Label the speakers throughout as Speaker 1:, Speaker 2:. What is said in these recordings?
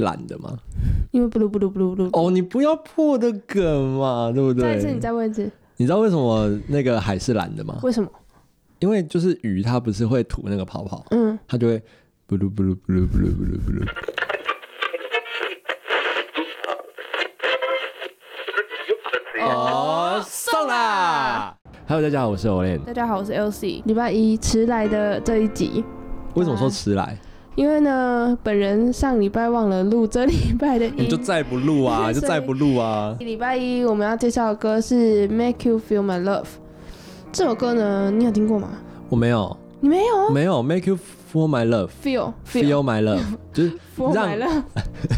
Speaker 1: 懒的吗？
Speaker 2: 因为不噜不噜不噜不噜。
Speaker 1: 哦，你不要破的梗嘛，对不对？
Speaker 2: 再一次，你再问一次，
Speaker 1: 你知道为什么那个海是蓝的吗？
Speaker 2: 为什么？
Speaker 1: 因为就是鱼，它不是会吐那个泡泡，
Speaker 2: 嗯，
Speaker 1: 它就会布噜布噜布噜布噜布噜布噜。哦，送啦！Hello，大家好，我是 Olen。
Speaker 2: 大家好，我是 LC。礼拜一迟来的这一集，
Speaker 1: 为什么说迟来？
Speaker 2: 因为呢，本人上礼拜忘了录这礼拜的
Speaker 1: 你
Speaker 2: 音
Speaker 1: 就。再不录啊，
Speaker 2: 所 以
Speaker 1: 就再不录啊！
Speaker 2: 礼拜一我们要介绍的歌是《Make You Feel My Love》，这首歌呢，你有听过吗？
Speaker 1: 我没有，
Speaker 2: 你没有啊
Speaker 1: 没有，Make you feel my
Speaker 2: ？Feel
Speaker 1: love，feel my love，就是
Speaker 2: feel
Speaker 1: 让
Speaker 2: my love，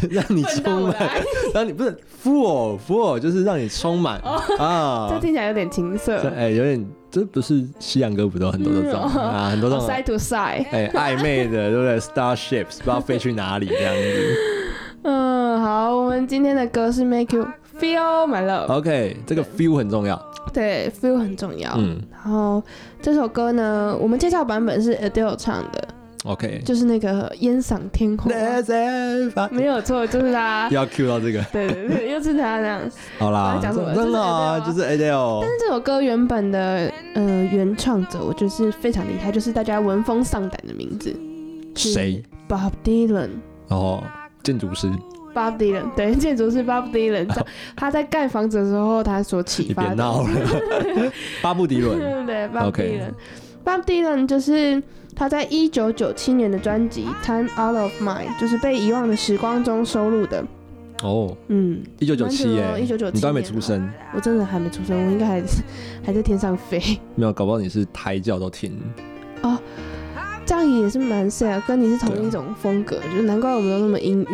Speaker 1: 让 你
Speaker 2: 笨蛋
Speaker 1: 充
Speaker 2: 我
Speaker 1: 满，
Speaker 2: 来。
Speaker 1: 让你不是 fool fool，就是让你充满
Speaker 2: 哦
Speaker 1: 啊
Speaker 2: 这。听起来有点情色
Speaker 1: 这。哎，有点，这不是西洋歌不都很多这种
Speaker 2: 嗯哦
Speaker 1: 啊，很多这种
Speaker 2: Side to side，
Speaker 1: 哎暧昧的，对不对？Starships 不知道飞去哪里这样子。
Speaker 2: 嗯，好，我们今天的歌是《Make You Feel My Love》。
Speaker 1: OK，这个 feel 很重要。
Speaker 2: 对，feel 很重要。
Speaker 1: 嗯
Speaker 2: 然后这首歌呢，我们介绍版本是 Adele 唱的，
Speaker 1: ，OK。
Speaker 2: 就是那个烟嗓天后，
Speaker 1: Let's have fun
Speaker 2: 没有啊错，就是他。
Speaker 1: 要 cue 到这个，
Speaker 2: 对对对，又是他这样。
Speaker 1: 好啦
Speaker 2: 我，在讲什么
Speaker 1: 真的啊，
Speaker 2: 就
Speaker 1: 就是是 Adele
Speaker 2: 但。是这首歌原本的呃原创者，我觉得是非常厉害，就是大家闻风丧胆的名字是
Speaker 1: 谁？
Speaker 2: ，Bob Dylan。
Speaker 1: 哦，建筑师，
Speaker 2: Bob Dylan，对，建筑师 Bob Dylan，这样他在盖房子的时候，他所启
Speaker 1: 你别
Speaker 2: 发的，嗯
Speaker 1: 闹 了。巴布迪伦，
Speaker 2: 对，Bob
Speaker 1: OK
Speaker 2: Dylan。Bob Dylan 就是他在一九九七年的专辑《Time Out of Mind》，就是被遗忘的时光中收录的。
Speaker 1: 哦，
Speaker 2: 嗯，
Speaker 1: 一九九七耶，
Speaker 2: 1997年啊
Speaker 1: 你都还没出生，
Speaker 2: 我真的还没出生，我应该还还在天上飞，
Speaker 1: 没有，搞不好你是胎教都听。
Speaker 2: 这样也是蛮 sad，跟你是同一种风格，就是难怪我们都那么阴郁。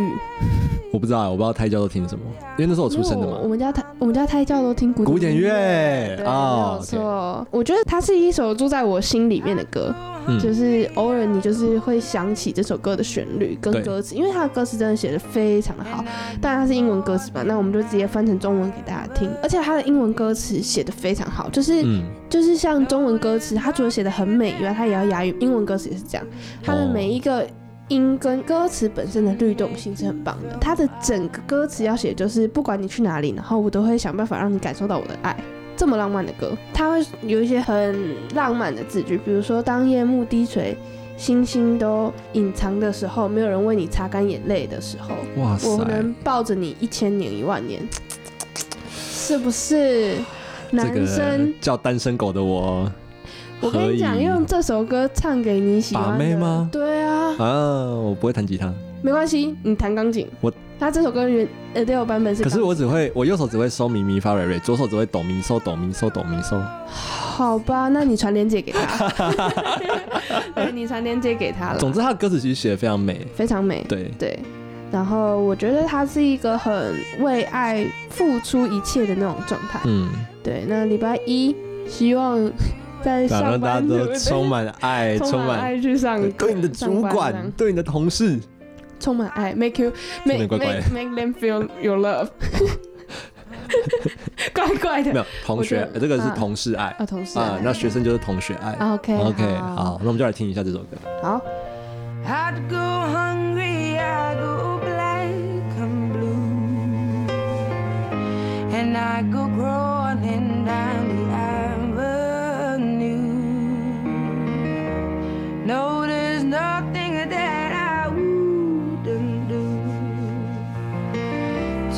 Speaker 1: 我不知道，我不知道胎教都听什么，因为那是我哦出生的
Speaker 2: 因为我我
Speaker 1: 嘛。
Speaker 2: 们家胎，我们家胎教都听古
Speaker 1: 古典乐
Speaker 2: 对，没
Speaker 1: 哦
Speaker 2: 有错。我觉得它是一首住在我心里面的歌，就
Speaker 1: 嗯，
Speaker 2: 是偶尔你就是会想起这首歌的旋律跟
Speaker 1: 对
Speaker 2: 歌词，因为它的歌词真的写的非常的好。当然它是英文歌词嘛，那我们就直接翻成中文给大家听。而且它的英文歌词写的非常好，就是、
Speaker 1: 嗯，
Speaker 2: 就是像中文歌词，它除了写的很美以外，它也要押韵。英文歌词也是这样，它的
Speaker 1: 哦
Speaker 2: 每一个音跟歌词本身的律动性是很棒的。它的整个歌词要写就是，不管你去哪里，然后我都会想办法让你感受到我的爱。这么浪漫的歌，它会有一些很浪漫的字句，比如说当夜幕低垂，星星都隐藏的时候，没有人为你擦干眼泪的时候，
Speaker 1: 哇塞，
Speaker 2: 我能抱着你一千年一万年， 是不是？男
Speaker 1: 这
Speaker 2: 生
Speaker 1: 个叫单身狗的我
Speaker 2: 我跟你讲，
Speaker 1: 何以
Speaker 2: 用这首歌唱给你喜欢的
Speaker 1: 把妹吗
Speaker 2: 对啊，
Speaker 1: 啊，我不会弹吉他，
Speaker 2: 没关系，你弹钢琴。
Speaker 1: 我
Speaker 2: 他这首歌原呃 Adele 版本是
Speaker 1: 可
Speaker 2: 钢琴，
Speaker 1: 是我只会我右手只会收咪咪发瑞瑞，左手只会哆咪嗦哆咪嗦哆咪嗦。
Speaker 2: 好吧，那你传链接给他， 对，你传链接给他了，
Speaker 1: 总之，他的歌词其实写的非常美。
Speaker 2: 非常美。
Speaker 1: 对，
Speaker 2: 对，然后我觉得他是一个很为爱付出一切的那种状态。
Speaker 1: 嗯，
Speaker 2: 对，那礼拜一希望在
Speaker 1: 想
Speaker 2: 上
Speaker 1: 啊让大
Speaker 2: 班
Speaker 1: 家
Speaker 2: 族
Speaker 1: 都充满爱，
Speaker 2: 充
Speaker 1: 充
Speaker 2: 满
Speaker 1: 满
Speaker 2: 爱去上
Speaker 1: 对你的主
Speaker 2: 上班啊
Speaker 1: 管，对你的同事，
Speaker 2: 充满爱，make you
Speaker 1: 真的
Speaker 2: make
Speaker 1: 怪怪
Speaker 2: make make them feel your love，怪怪
Speaker 1: 没
Speaker 2: 的。
Speaker 1: 有同学
Speaker 2: 我，觉得
Speaker 1: 呃这个是
Speaker 2: 啊
Speaker 1: 同事爱
Speaker 2: 啊，同事
Speaker 1: 啊，那学生就是同学爱。
Speaker 2: OK
Speaker 1: OK，好，，那我们就来听一下这首歌。
Speaker 2: 好，
Speaker 3: I'd go hungry, I go black and blue. And I go crawling down the avenue. No, there's nothing that I wouldn't do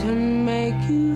Speaker 3: to make you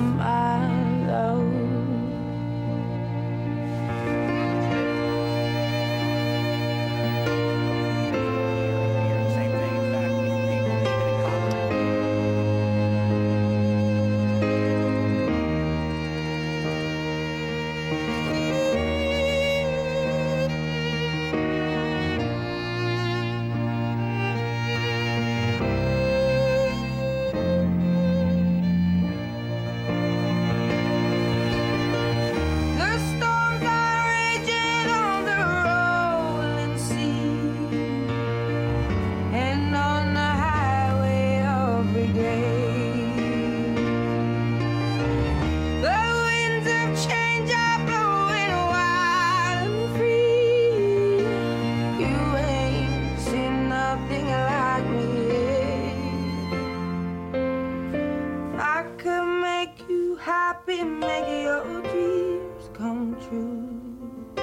Speaker 3: my love.
Speaker 4: Same thing, back with people leaving a comment.
Speaker 3: I happy and make your dreams come true.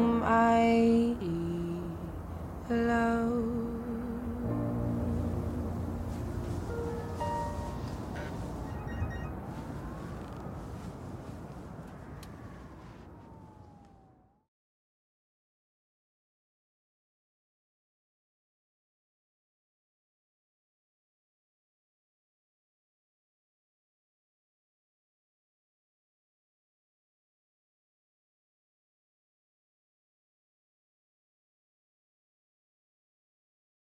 Speaker 3: my love.